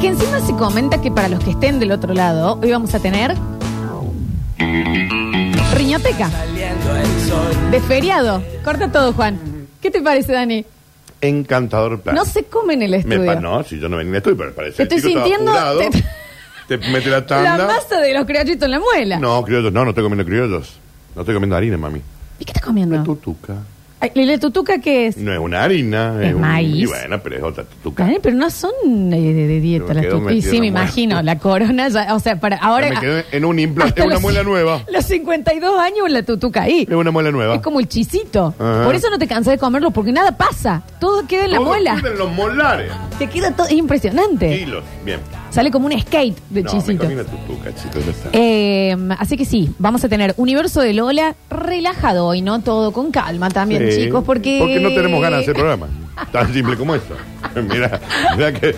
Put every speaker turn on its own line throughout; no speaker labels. Que encima se comenta que para los que estén del otro lado, hoy vamos a tener. Riñoteca. De feriado. Corta todo, Juan. ¿Qué te parece, Dani?
Encantador plan.
No se come en el
Me pa-
estudio.
no, si yo no venía al estudio, pero parece.
Te
el
estoy
chico estaba
sintiendo-
apurado, Te, mete la
La
tanda.
masa de los criollitos en la muela.
No, criollos, no, no estoy comiendo criollos. No estoy comiendo harina, mami.
¿Y qué estás comiendo?
Tutuca.
Ay, ¿Lele tutuca qué es?
No es una harina.
Es
un-
maíz.
Y bueno, pero es otra tutuca.
Dani, pero no son eh, de, de dieta
Pero
las
quedó
tutucas. Y
metido
Sí,
en
me
la muela.
imagino. La corona, ya, o sea, para ahora.
me quedé en un implante,
hasta
es una
los-
muela nueva.
Los 52 años la tutuca ahí.
Es una muela nueva.
Es como el chisito.
Ajá.
Por eso no te cansas de comerlo, porque nada pasa. Todo queda en la
Todos
muela.
cuidan los molares.
Te queda todo. Es impresionante.
Kilos. Bien.
Sale como un skate de
no, me
chisito.
comí una tutuca, chicos. ya está.
Eh, así que sí, vamos a tener Universo de Lola relajado hoy, ¿no? Todo con calma también,
Sí.
chicos, porque...
Porque no tenemos ganas ¿eh? de hacer programa. Tan simple como eso. mira, mira que.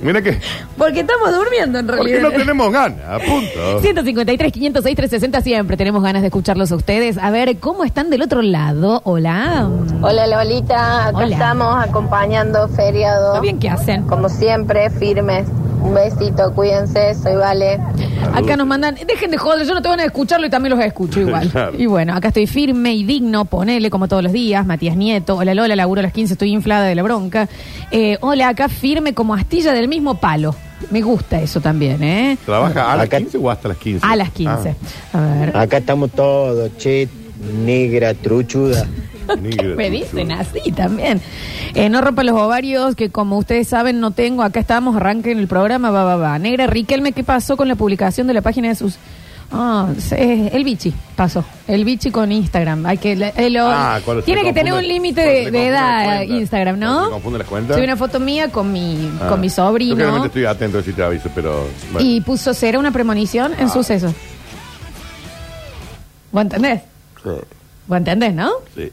Mira que.
Porque estamos durmiendo en
Porque no
realidad.
tenemos ganas, a punto.
153, 506, 360, siempre tenemos ganas de escucharlos a ustedes. A ver, ¿cómo están del otro lado? Hola.
Hola Lolita, acá
Hola.
estamos acompañando feriado.
¿Está bien que hacen?
Como siempre, firmes. Un besito, cuídense, soy Vale.
Acá nos mandan, dejen de joder, yo no tengo ganas de escucharlo y también los escucho igual.
Claro.
Y bueno, acá estoy firme y digno, ponele como todos los días, Matías Nieto, hola Lola, laburo a las 15, estoy inflada de la bronca. Eh, hola, acá firme como astilla del mismo palo. Me gusta eso también, ¿eh?
¿Trabaja a las
Acá-
15 o hasta las 15?
A las 15. A ver.
Acá estamos todos, che, negra, truchuda.
Ah, ni idea.
Me dicen así también. Eh, no rompa los ovarios, que como ustedes saben, no tengo. Acá estábamos, arranquen el programa, va, va, va. Negra Riquelme, ¿qué pasó con la publicación de la página de sus. Ah, se- eh, el bichi pasó. El bichi con Instagram. Hay que, la- eh, lo-
Ah, cuando se
tiene que
confunde-
tener un límite de,
cuando
de
se confunde las
edad
cuentas.
Instagram,
Cuando se
¿no?
confunde las cuentas.
Subí una foto mía con mi,
Ah.
con mi
Yo
sobrino
generalmente estoy atento si te aviso, pero. bueno.
y puso será una premonición
Ah.
en suceso. ¿Vos entendés? ¿Vos entendés, no?
Sí.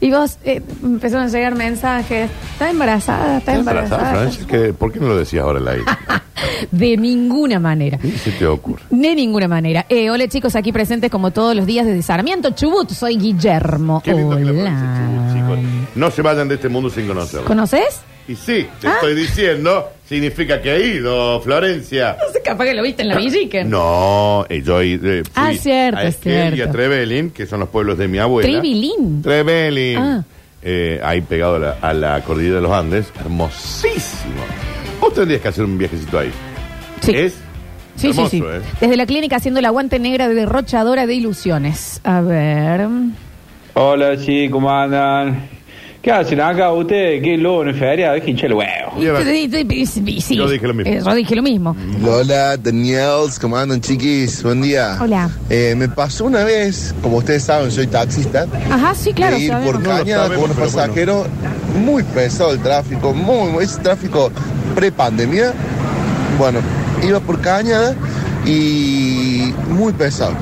Y vos eh, empezaron a llegar mensajes. Está embarazada, está
¿Estás embarazada,
embarazada.
Francis? ¿Qué- ¿Por qué no lo decías ahora al aire?
De ninguna manera.
¿Qué se te ocurre?
De ninguna manera. Eh, hola chicos, aquí presentes como todos los días desde Sarmiento, Chubut. Soy Guillermo.
Qué lindo que la provincia, chicos.
Hola.
No se vayan de este mundo sin conocerlo.
¿Conoces?
Y sí, te
Ah.
estoy diciendo, significa que he ido, Florencia.
No sé, capaz que lo viste en la Villiquen.
Ah, No, eh, yo eh, fui
Ah, cierto,
a Esquel y
cierto.
a Trevelin, que son los pueblos de mi abuela.
Trevelin.
Trevelin.
Ah.
Eh, ahí pegado a la, a la cordillera de los Andes. Hermosísimo. Vos tendrías que hacer un viajecito ahí.
Sí.
Es
Sí,
hermoso,
sí, sí.
¿eh?
Desde la clínica haciendo la guante negra de derrochadora de ilusiones. A ver.
Hola, sí, ¿cómo andan? ¿Qué hacen acá ustedes? ¿Qué lobo en el feriado? Es hinchar el huevo.
Y-
Lleva-
y- y- y- y- sí.
Yo dije lo mismo. Mm.
Eh, yo dije lo mismo.
Lola, Daniels, ¿cómo andan chiquis? Buen día.
Hola.
Eh, me pasó una vez, como ustedes saben, soy taxista,
Ajá, sí, claro.
de ir
sabemos.
por
No lo
Cañada
sabemos,
con unos
pero
pasajeros, muy pesado el tráfico, muy, es tráfico pre-pandemia. Bueno, iba por Cañada y muy pesado.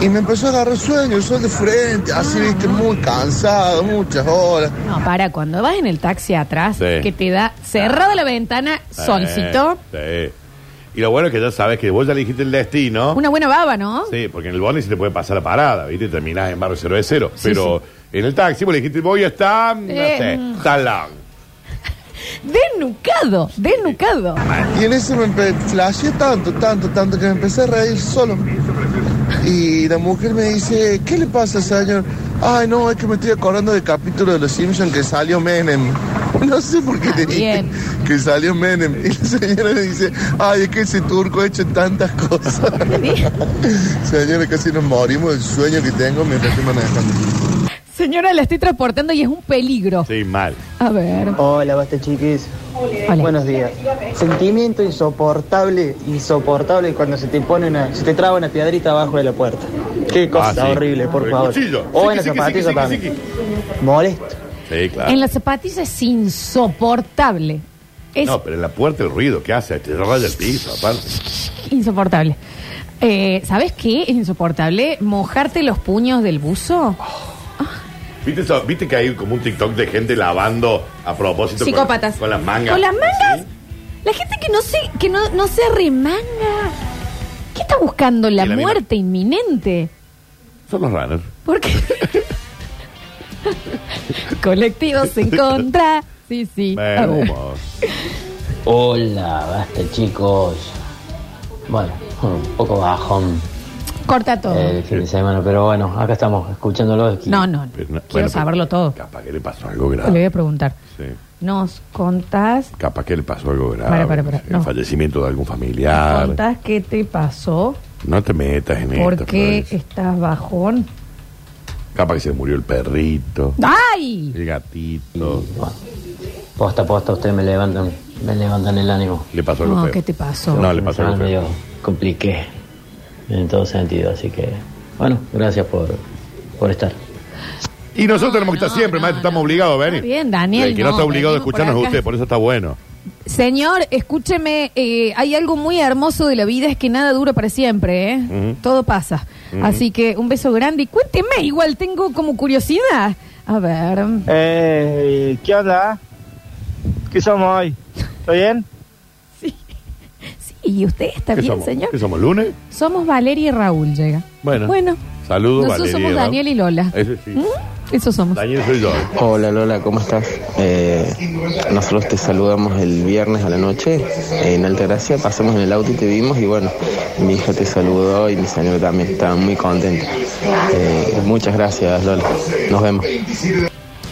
Y me empezó a agarrar sueño, el sol de frente, así, viste, muy cansado, muchas horas.
No, para, cuando vas en el taxi atrás,
Sí. Ah.
que te da cerrada la ventana, solcito,
Eh, sí. Y lo bueno es que ya sabes que vos ya elegiste el destino.
una buena baba, ¿no?
Sí, porque en el bondi se te puede pasar la parada, ¿viste? Terminás en barrio cervecero.
Sí,
pero en el taxi vos le dijiste, voy a estar, no
Eh,
sé,
mm.
Talán.
Desnucado, desnucado.
Y en eso me empe- flasheé tanto, tanto, tanto que me empecé a reír solo. Y la mujer me dice, ¿qué le pasa, señor? Ay, no, es que me estoy acordando del capítulo de Los Simpsons que salió Menem. No sé por qué le dije
bien.
que salió Menem. Y la señora me dice, ay, es que ese turco ha hecho tantas cosas. señora, casi nos morimos del sueño que tengo mientras estoy manejando.
Señora, la estoy transportando y es un peligro.
Sí, mal.
A ver.
Hola, basta chiquis.
Hola.
Buenos días. Sentimiento insoportable, insoportable cuando se te pone una, se te traba una piedrita abajo de la puerta. Qué cosa
Ah, sí.
horrible, por
El
favor.
cuchillo.
O en la
Siqui, siqui,
zapatilla
siqui,
también.
siqui,
Molesto.
Sí, claro.
En la zapatilla es insoportable. Es
No, pero en la puerta el ruido que hace, te raya el piso, aparte.
insoportable. Eh, ¿Sabes qué es insoportable? Mojarte los puños del buzo.
¿Viste, eso? ¿Viste que hay como un TikTok de gente lavando a propósito con-
Psicópatas.
Con, las mangas?
¿Con las mangas?
¿Sí?
La gente que no se, que no, no se remanga. ¿Qué está buscando? La,
Y la mina.
muerte inminente.
Son los runners.
¿Por qué? Colectivos en contra. Sí, sí. A
Bueno,
ver.
vos.
Hola, basta chicos. Bueno, un poco bajón eh,
Corta todo.
Eh,
el fin de semana, pero bueno, acá estamos escuchándolo. aquí.
no, no. no.
Pero no-
Quiero
bueno, pero
saberlo todo.
Capaz que le pasó algo
Le voy
grave.
a preguntar.
Sí.
¿Nos contás,
Capaz que le pasó algo grave.
Para, para, para,
sí,
no.
El fallecimiento de algún
nos
familiar.
contás qué te pasó?
No te metas en esto.
¿Por qué
Flores.
estás bajón?
Capaz que se murió el perrito,
¡Ay!
el gatito.
Bueno, posta, posta, ustedes me levantan, me levantan el ánimo.
Le pasó algo
No,
feo.
¿qué te pasó?
No, le
Me
pasó algo
estaban
feo.
medio compliqué en todo sentido, así que bueno, gracias por, por estar.
Y nosotros tenemos que estar siempre, maestro, estamos obligados a venir.
Está bien, Daniel,
El que no,
no,
está obligado a
venimos por
escucharnos es
acá.
usted, por eso está bueno.
Señor, escúcheme, eh, hay algo muy hermoso de la vida, es que nada dura para siempre, ¿eh?
Ujú.
Todo pasa. Así que un beso grande y cuénteme, igual tengo como curiosidad. A ver,
Eh, ¿Qué onda? ¿Qué somos hoy? ¿Está bien?
sí, ¿y usted está
¿Qué
bien,
somos?
señor?
¿Qué somos, lunes?
Somos Valeria y Raúl, llega.
Bueno.
Bueno.
Saludos,
Nosotros
Valeria
somos
Raúl.
Daniel y Lola.
Ese sí.
¿Mm? Eso somos.
Daniel soy yo.
Hola Lola, ¿cómo estás? Eh, nosotros te saludamos el viernes a la noche en Altagracia, pasamos en el auto y te vimos y bueno, mi hija te saludó y mi señor también estaba muy contenta. Eh, muchas gracias Lola, nos vemos.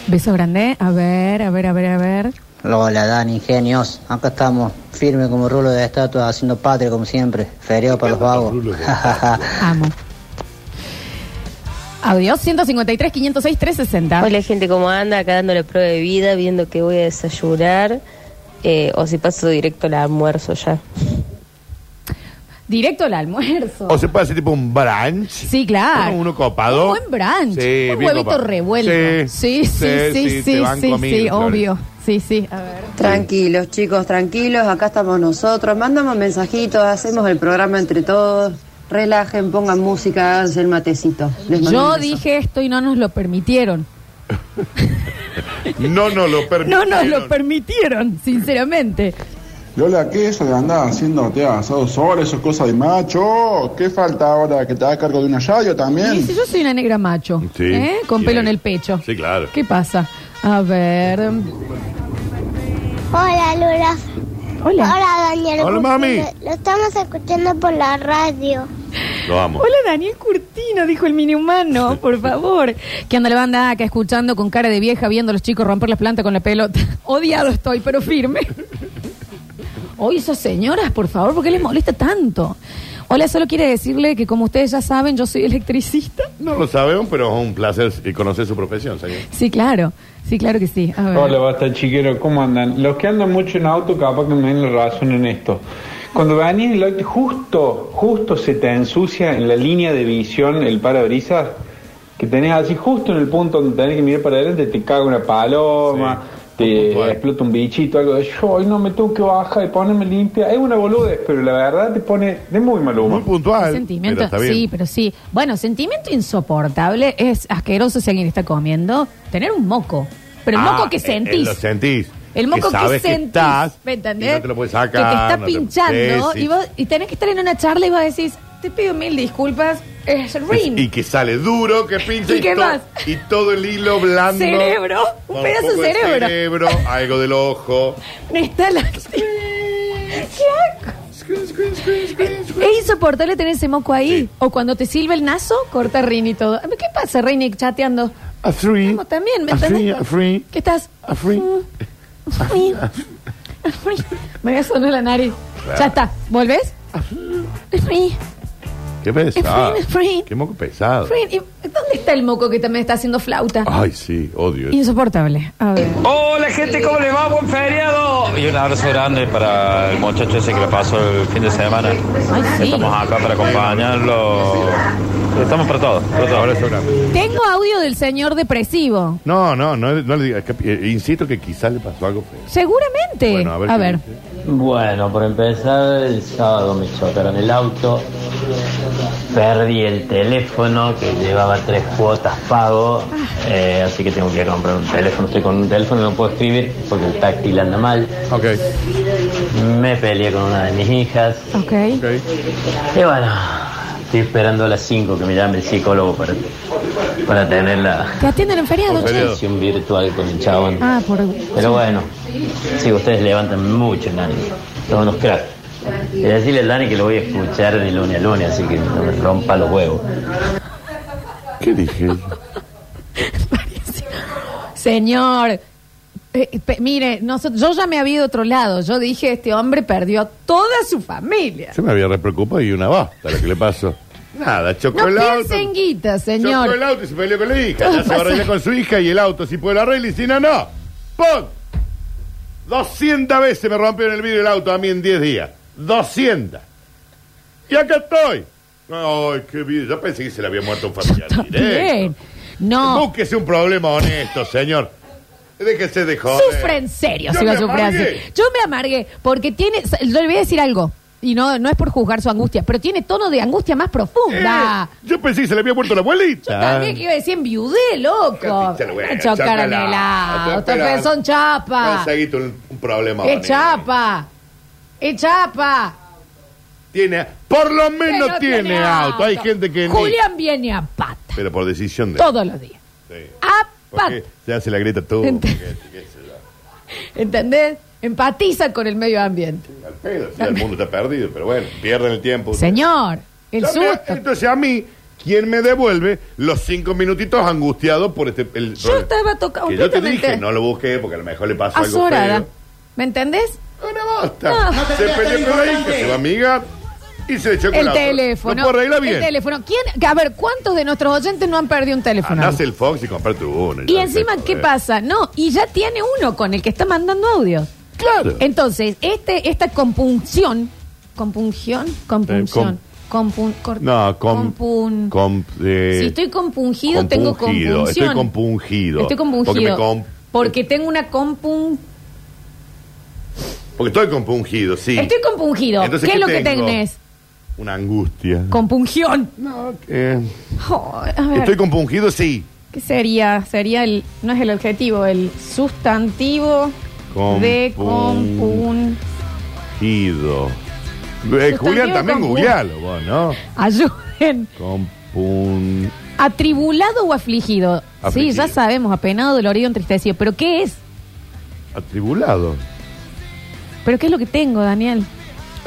Beso grande. ¿eh? A ver, a ver, a ver, a ver.
Hola Dani, genios. Acá estamos, firme como rulo de estatua, haciendo patria como siempre. Feriado para los vagos.
Amo. Adiós, 153, 506, 360.
Hola gente, ¿cómo anda? Acá dando la prueba de vida, viendo que voy a desayunar eh, o si paso directo al almuerzo ya.
Directo al almuerzo.
O se puede hacer tipo un brunch.
Sí, claro.
Uno, uno copado.
Un buen brunch.
Sí,
un
bien
huevito
copado.
revuelto. Sí, sí, sí, sí,
te
sí,
van
sí,
comiendo, Flores.
obvio. Sí, sí, a ver.
Tranquilos chicos, tranquilos. Acá estamos nosotros. Mandamos mensajitos, hacemos el programa entre todos. Relajen, pongan música, háganse el matecito. Les mando un
Yo
beso.
dije esto y no nos lo permitieron.
No nos lo permiten.
No nos lo permitieron, sinceramente.
Lola, ¿qué es eso de andar haciendo te asado sobre esas cosas de macho? ¿Qué falta ahora que te haga cargo de una yayo
Y
también?
dice, yo soy una negra macho.
Sí.
¿eh? Con
Sí.
pelo en el pecho.
Sí, claro.
¿Qué pasa? A ver.
Hola Lola.
Hola.
Daniel.
Hola, mami.
Lo estamos escuchando por la radio.
Lo amo.
Hola Daniel Curtino, dijo el mini humano, por favor. Que anda la banda acá escuchando con cara de vieja, viendo a los chicos romper las plantas con la pelota. Odiado estoy, pero firme. Oye, esas señoras, por favor, ¿por qué les molesta tanto? Hola, solo quiere decirle que como ustedes ya saben, yo soy electricista.
No lo sabemos, pero es un placer eh, conocer su profesión, señor.
Sí, claro, sí, claro que sí. A ver.
Hola, basta chiquero, ¿cómo andan? Los que andan mucho en auto, capaz que me den la razón en esto. Cuando venís en el auto, justo, justo se te ensucia en la línea de visión el parabrisas, que tenés así justo en el punto donde tenés que mirar para adelante, te caga una paloma,
Sí, muy puntual.
te explota un bichito, algo de yo, hoy no me tengo que bajar y ponerme limpia. Es una boludez, pero la verdad te pone de muy mal humor.
Muy puntual.
Sentimiento,
pero está bien.
sí, pero sí. Bueno, sentimiento insoportable es asqueroso si alguien está comiendo. Tener un moco. Pero el
Ah,
moco que
eh,
sentís.
eh, lo sentís.
El moco que,
sabes
sentís,
estás,
¿me entendés?
y no te lo puedes sacar.
Que te está
no
pinchando
sí, sí.
Y, vos, y tenés que estar en una charla y vos decís, te pido mil disculpas, es ring.
Y que sale duro, que pincha
¿Y qué
to-
más?
y todo el hilo blando.
Cerebro, un
Con
pedazo
poco
de cerebro.
cerebro, algo del ojo.
No está la... ¿Qué asco.
Screen, screen, screen, screen, screen.
Es insoportable tener ese moco ahí. O cuando te silba el naso, corta rin y todo. ¿Qué pasa, Rini, chateando?
A three.
Como también, ¿me
a three,
entendés?
a three.
¿Qué estás? Mm,
A three.
Me voy a sonar la nariz. Ya está. ¿Volvés? Eh,
Qué pesado.
A three.
Qué moco pesado.
¿Y ¿Dónde está el moco que también está haciendo flauta?
Ay, Ah, sí, odio. eso.
Insoportable. A ver.
Hola gente, ¿cómo les va? Buen feriado.
Y un abrazo grande para el muchacho ese que le pasó el fin de semana.
Ay, sí.
acá para acompañarlo. Estamos para todos.
Abrazo grande.
Tengo audio del señor depresivo.
No, no, no, no le digas. que- eh, Insisto que quizás le pasó algo feo.
Seguramente.
Bueno,
a
a
ver.
ver qué dice.
Bueno, por empezar, el sábado me chocaron el auto, perdí el teléfono que llevaba tres cuotas pago, eh, así que tengo que comprar un teléfono. Estoy con un teléfono, no puedo escribir porque el táctil anda mal.
Ok,
Me peleé con una de mis hijas
Ok.
ok.
y bueno, Estoy esperando a las 5 que me llame el psicólogo para, para tener la
¿Te atienden en feriado, che?
conversación virtual con el chabón.
Ah, por...
Pero bueno, sí, ustedes levantan mucho el ánimo. Son unos cracks. Y decirle al Dani que lo voy a escuchar de lunes a lunes, así que no me rompa los huevos.
¿Qué dije?
Señor, eh, pe- mire, nosotros, yo ya me había ido a otro lado. Yo dije, este hombre perdió a toda su familia.
Yo me había repreocupado y una bosta lo que le pasó. Nada,
No
chocó el auto.
piense en guita,
Chocó el
señor.
auto y se peleó con la hija.
Todo
Ya se va a
pasa.
arreglar con su hija y el auto, si puede lo arreglar y si no, no. ¡Pum! 200 veces me rompieron el vidrio del auto a mí en 10 días. 200. Y acá estoy. Ay, qué bien. Yo pensé que se le había muerto un familiar. directo.
Bien. No,
Búsquese un problema honesto, señor. Déjese de joder.
sufre en serio
Yo
si va a
me
sufrir así.
amargué.
Yo me amargué porque tiene. Yo le voy a decir algo. Y no, no es por juzgar su angustia, pero tiene tono de angustia más
Eh,
profunda.
yo pensé que se le había muerto la
Yo
abuelita.
también que iba a decir enviudé, loco.
Pinche la
Chocar
wea,
en el
chócala.
auto,
Espera,
pero son chapas.
conseguiste un, un problema
¡Qué
honesto.
chapa! ¡Qué chapa!
Tiene, por lo menos
Que no
tiene, auto. Hay gente que ni-
Julián viene a pata
Pero por decisión de.
todos los días.
Sí.
A pata.
Porque se hace la grieta todo.
Ah, Ent-
porque- qué sé yo.
¿Entendés? Empatiza con el medio ambiente.
Al pedo, si el mundo está perdido, pero bueno, pierden el tiempo.
Señor, el
También,
susto.
Entonces a mí, ¿quién me devuelve los cinco minutitos angustiado por este. El,
Yo estaba tocado
Que yo te
completamente.
dije, no lo busqué porque a lo mejor le pasó algo
Azorada.
feo.
¿Me entendés?
Una bosta.
No. No
se
tendría
peleó
tan
con la hija,
importante.
se va a amiga y se echó con
El
la otra.
teléfono.
No puedo arreglar bien.
El teléfono. ¿Quién? A ver, ¿cuántos de nuestros oyentes no han perdido un teléfono?
Andás el Fox y comprarte uno.
Y
ya,
encima,
joder.
¿qué pasa? No, y ya tiene uno con el que está mandando audio.
Claro.
Entonces, este, esta compunción, compunción, compunción, compun, cor-
Eh, No, com,
compun-
com- eh,
si estoy compungido, tengo
compungido,
compunción.
Estoy compungido.
Estoy compungido.
Porque, me com-
Porque tengo una compun...
porque estoy compungido, sí.
Estoy compungido.
Entonces,
¿Qué, es
¿qué
lo que
tengo?
tenés?
Una angustia.
Compungión.
Eh,
Oh, a ver,
estoy compungido, sí.
¿qué sería? Sería el... No es el adjetivo, el sustantivo de compun...
Compungido. Eh, Julián, también
compun-
googlealo vos, ¿no?
Ayuden.
Compun...
Atribulado o afligido. Sí,
Afligido.
ya sabemos, apenado, dolorido, entristecido. ¿Pero qué es?
Atribulado.
¿Pero qué es lo que tengo, Daniel?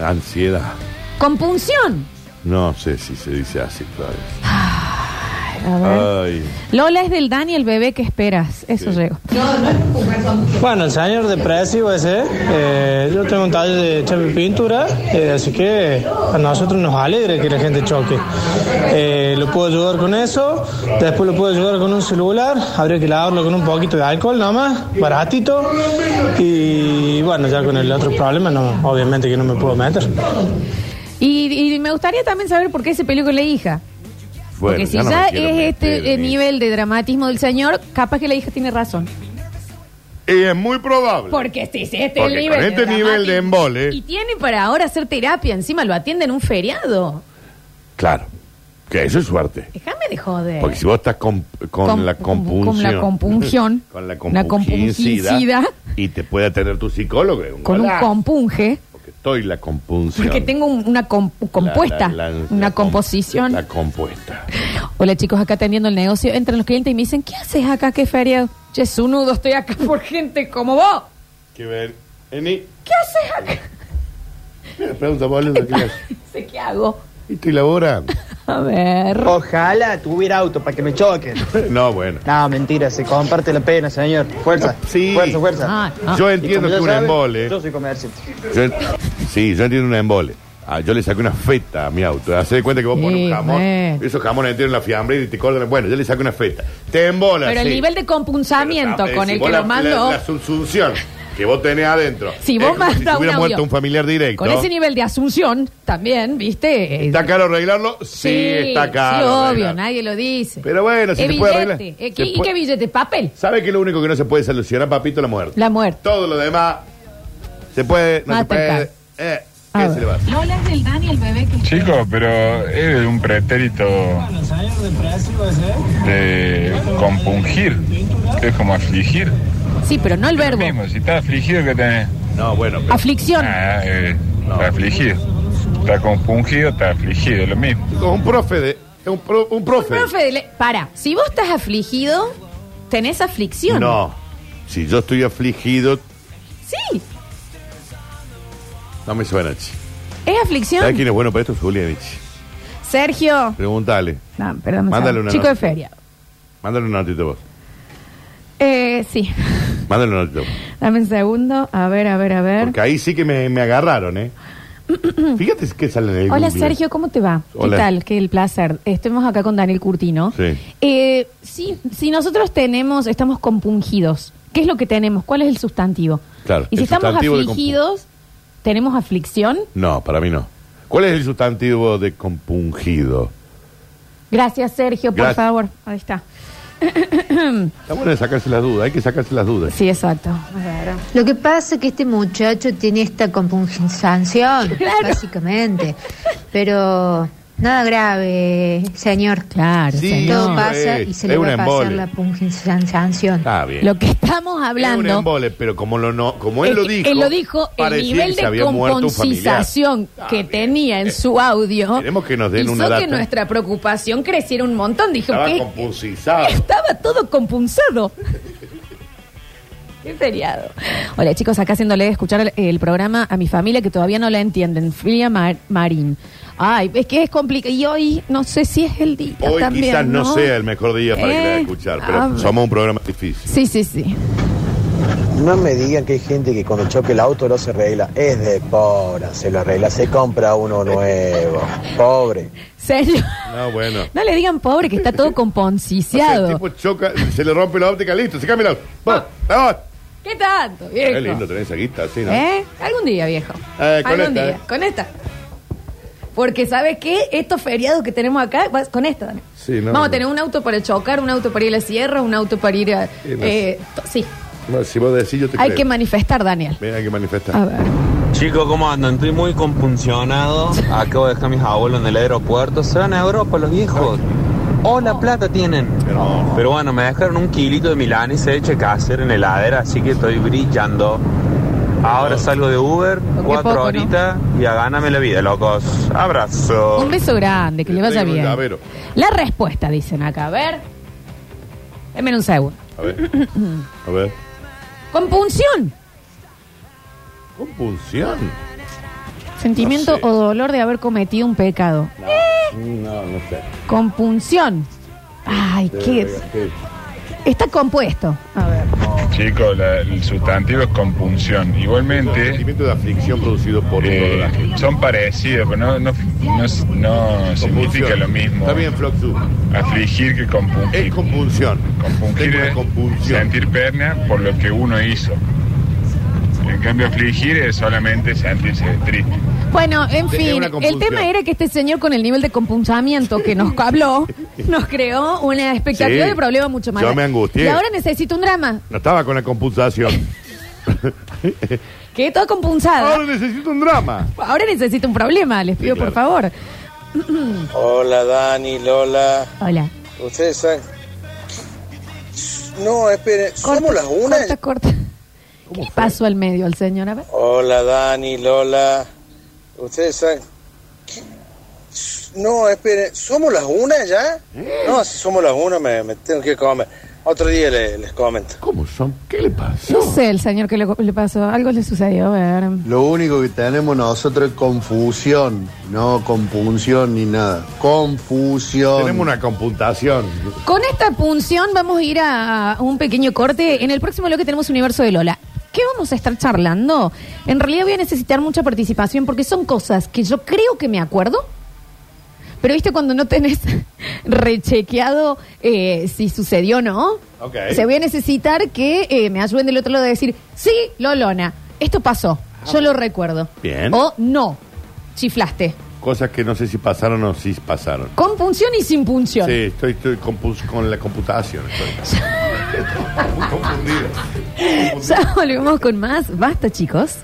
Ansiedad.
Compunción.
No sé si se dice así todavía.
A ver.
Ay.
Lola es del Dani, el bebé que esperas. Eso llegó.
Bueno, el señor depresivo ese, eh, yo tengo un taller de chapa y pintura, eh, así que a nosotros nos alegra que la gente choque. Eh, lo puedo ayudar con eso, después lo puedo ayudar con un celular, habría que lavarlo con un poquito de alcohol nomás, baratito, y bueno, ya con el otro problema, no, obviamente que no me puedo meter.
Y, y me gustaría también saber por qué se peleó con la hija.
Bueno,
Porque si
no me
ya
quiero
es
meter
este eh,
en
nivel de dramatismo del señor, capaz que la hija tiene razón.
eso. Y es muy probable.
Porque si es este
Porque
el nivel.
con este
de
nivel de
dramatismo-
embole-
Y tiene para ahora hacer terapia, encima lo atiende en un feriado.
Claro. Que eso es suerte.
Déjame de joder.
Porque si vos estás con, con
Con-
la
con-
compunción.
con la compunción.
con la
Una
compungicidad.
compungicidad.
Y te puede atender tu psicólogo. es un
con un
golazo,
compunge.
Porque estoy la compunción.
Porque tengo un- una comp-
La-
compuesta,
la- la-
una
la com-
composición.
La compuesta.
Hola chicos, acá atendiendo el negocio. Entran los clientes y me dicen, ¿qué haces acá? ¿Qué feriado? Che, nudo, estoy acá por gente como vos.
Que ver. Eni,
¿Qué haces acá?
mira, pregunta, boludo, ¿qué haces?
Dice, ¿qué hago?
¿Y estoy laborando?
A ver.
Ojalá tuviera auto para que me choquen.
No, bueno.
No, mentira, se comparte la pena, señor. Fuerza,
Sí.
fuerza, fuerza.
Ah, ah.
Yo
Y como
entiendo
ya
que un
saben,
embole.
Yo soy comerciante.
Yo en- sí, yo entiendo un embole. Ah, yo le saqué una feta a mi auto. ¿eh? Hacé de cuenta que vos
Sí,
pones un jamón.
bueno.
Esos jamones tienen la fiambre y te cortan. Bueno, yo le saqué una feta. Te embola.
Pero el
sí.
nivel de compunzamiento
Pero
con
también, si
el
vos
que
la-
lo mando,
La, la subsunción que vos tenés adentro.
si
es
vos
como si
mandas
te hubiera
un
muerto
audio
un familiar directo.
Con ese nivel de asunción, también, ¿viste?
¿Está caro arreglarlo? Sí, está caro.
Sí, obvio,
arreglar.
nadie lo dice.
Pero bueno, si
¿Qué
se puede
billete?
arreglar.
Eh,
Se
¿qué- ¿Y
puede-
qué billete? ¿Papel?
¿Sabe que lo único que no se puede solucionar, papito, la muerte?
La muerte.
Todo lo demás se puede, no se
Matacar.
puede. Eh,
A
¿Qué
ver.
se le va a hacer?
Lola es del Dani, el bebé que
Chico, pero es un pretérito
Bueno, el señor depresivo ese,
de compungir, que es como afligir.
Sí, pero no el verbo.
Mismo, si estás afligido, ¿qué tenés?
Ah.
No, bueno, pero.
Aflicción.
Nada, eh, afligir.
Está compungido, está afligido, lo mismo.
Un profe de. Un, pro- un profe.
Profe, dele- para, si vos estás afligido, tenés aflicción.
No. Si yo estoy afligido,
Sí,
no me suena, chi.
es aflicción.
¿Sabes quién es bueno para esto? Julianich.
Sergio.
Pregúntale.
No, perdón, me
Mándale
sale.
una
Chico
nota.
de feria.
Mándale una notita vos.
Eh, sí.
Mándale una notita vos.
Dame un segundo. A ver, a ver, a ver.
Porque ahí sí que me, me agarraron, ¿eh? Fíjate que sale en el
Hola
Google.
Sergio, ¿cómo te va?
Hola.
¿Qué tal? Qué el placer. Estemos acá con Daniel Curtino.
Sí.
Eh, sí, si nosotros tenemos, estamos compungidos. ¿Qué es lo que tenemos? ¿Cuál es el sustantivo?
Claro.
Y si
el
estamos
sustantivo de compu-
afligidos, ¿tenemos aflicción?
No, para mí no. ¿Cuál es el sustantivo de compungido?
Gracias, Sergio, por
Gracias.
favor. Ahí está.
Está bueno de sacarse las dudas, hay que sacarse las dudas.
Sí, exacto.
Lo que pasa es que este muchacho tiene esta compungencia, básicamente. Pero nada grave, eh, señor.
Claro,
Sí, señor.
Todo
sí,
pasa
es.
y se
eh, Es
le va
un
a pasar
embole.
la punginsanción.
Está bien.
Lo que estamos
Es un
hablando.
embole, pero como, lo no, como él
es
lo
que
dijo.
él lo dijo, el
parecía
nivel
que se
de
había muerto un familiar. Ah, Eh,
compensación que tenía en su audio
Queremos que nos den
hizo
una data.
que nuestra preocupación creciera un montón. Dijo
Estaba
que
compulsizado.
Estaba todo compunzado. Qué feriado. Hola chicos, acá haciéndole escuchar el, el programa a mi familia que todavía no la entienden. Filia Mar- Marín. Ay, es que es complicado. Y hoy no sé si es el día
Hoy
también,
quizás no,
¿no?
sea el mejor día para ir a
Eh,
escuchar,
a
pero
ver.
somos un programa difícil.
Sí, sí, sí.
No me digan que hay gente que cuando choque el auto lo se arregla. Es de pobre, se lo arregla, se compra uno nuevo. Pobre.
Serio.
No, bueno.
No le digan pobre que está todo
El
componciciado.
tipo choca, se le rompe la óptica, listo, se cambia la
Ah.
Va, va.
¿Qué tanto, viejo?
Qué lindo tener esa guita, sí, ¿no?
¿Eh? Algún día, viejo.
Eh, con
Algún
esta,
día.
eh.
Con esta. Porque, ¿sabes qué? Estos feriados que tenemos acá, vas con esta, Dani.
Sí, no.
Vamos a tener un auto para chocar, un auto para ir a la sierra, un auto para ir a...
Sí, no
eh, to- sí,
No, si vos decís, yo te
hay
creo.
que manifestar, Daniel.
Ven, hay que manifestar.
A ver.
Chicos, ¿cómo andan? Estoy muy compuncionado. Acabo de dejar a mis abuelos en el aeropuerto. Se van a Europa los viejos. O la plata tienen. Pero bueno, me dejaron un kilito de Milán y se eche hacer en heladera, así que estoy brillando. Ahora salgo de Uber, cuatro
Oh. poco, ¿no?
horitas y a gáname la vida, locos. Abrazo.
Un beso grande, que le vaya
traigo un
bien.
llavero.
La respuesta, dicen acá. A ver. Deme un segundo.
A ver, a ver.
Compunción.
Compunción.
Sentimiento
No sé.
o dolor de haber cometido un pecado. Eh.
No, no sé.
Compunción. Ay, qué... Está compuesto. A ver.
Chicos, la- el sustantivo es compunción. Igualmente.
sentimiento de aflicción producido por
Eh, Son parecidos, pero no, no, no, no significa lo mismo.
Está bien, Floxu.
Afligir que compungir.
Es compulsión.
Compungir
Tengo una
es sentir perna por lo que uno hizo. En cambio, afligir es solamente sentirse triste.
Bueno, en
Es
fin,
una
el
compulsión.
tema era que este señor con el nivel de compunzamiento que nos habló, nos creó una expectativa
Sí.
de problema mucho más.
Yo
grande.
me angustié.
Y ahora necesito un drama,
No estaba con la compulsación.
que todo compunzado. Ahora
necesito un drama.
Ahora necesito un problema, les pido por favor.
Hola Dani, Lola.
Hola.
Ustedes saben. No, esperen, somos las una.
Corta, corta. ¿Qué le pasó al medio al señor? A ver.
Hola Dani, Lola. Ustedes saben. No, esperen, somos las una ya.
¿Eh?
No, si somos las una me, me tengo que comer. Otro día le- les comento.
¿Cómo son? ¿Qué le pasa?
No sé el señor que le, le pasó. Algo le sucedió. A ver.
Lo único que tenemos nosotros es confusión, no compunción ni nada. Confusión.
Tenemos una computación.
Con esta punción vamos a ir a a un pequeño corte. En el próximo bloque tenemos Universo de Lola. ¿Qué vamos a estar charlando? En realidad voy a necesitar mucha participación porque son cosas que yo creo que me acuerdo. Pero viste cuando no tenés rechequeado eh, si sucedió o no.
Ok.
Se voy a necesitar que eh, me ayuden del otro lado a decir, sí, Lolona, esto pasó, yo lo recuerdo.
Ah, Bien.
O no, chiflaste.
Cosas que no sé si pasaron o si pasaron.
Con punción y sin punción.
Sí, estoy, estoy compus- con la computación. estoy.
Ya volvemos con más. Basta, chicos.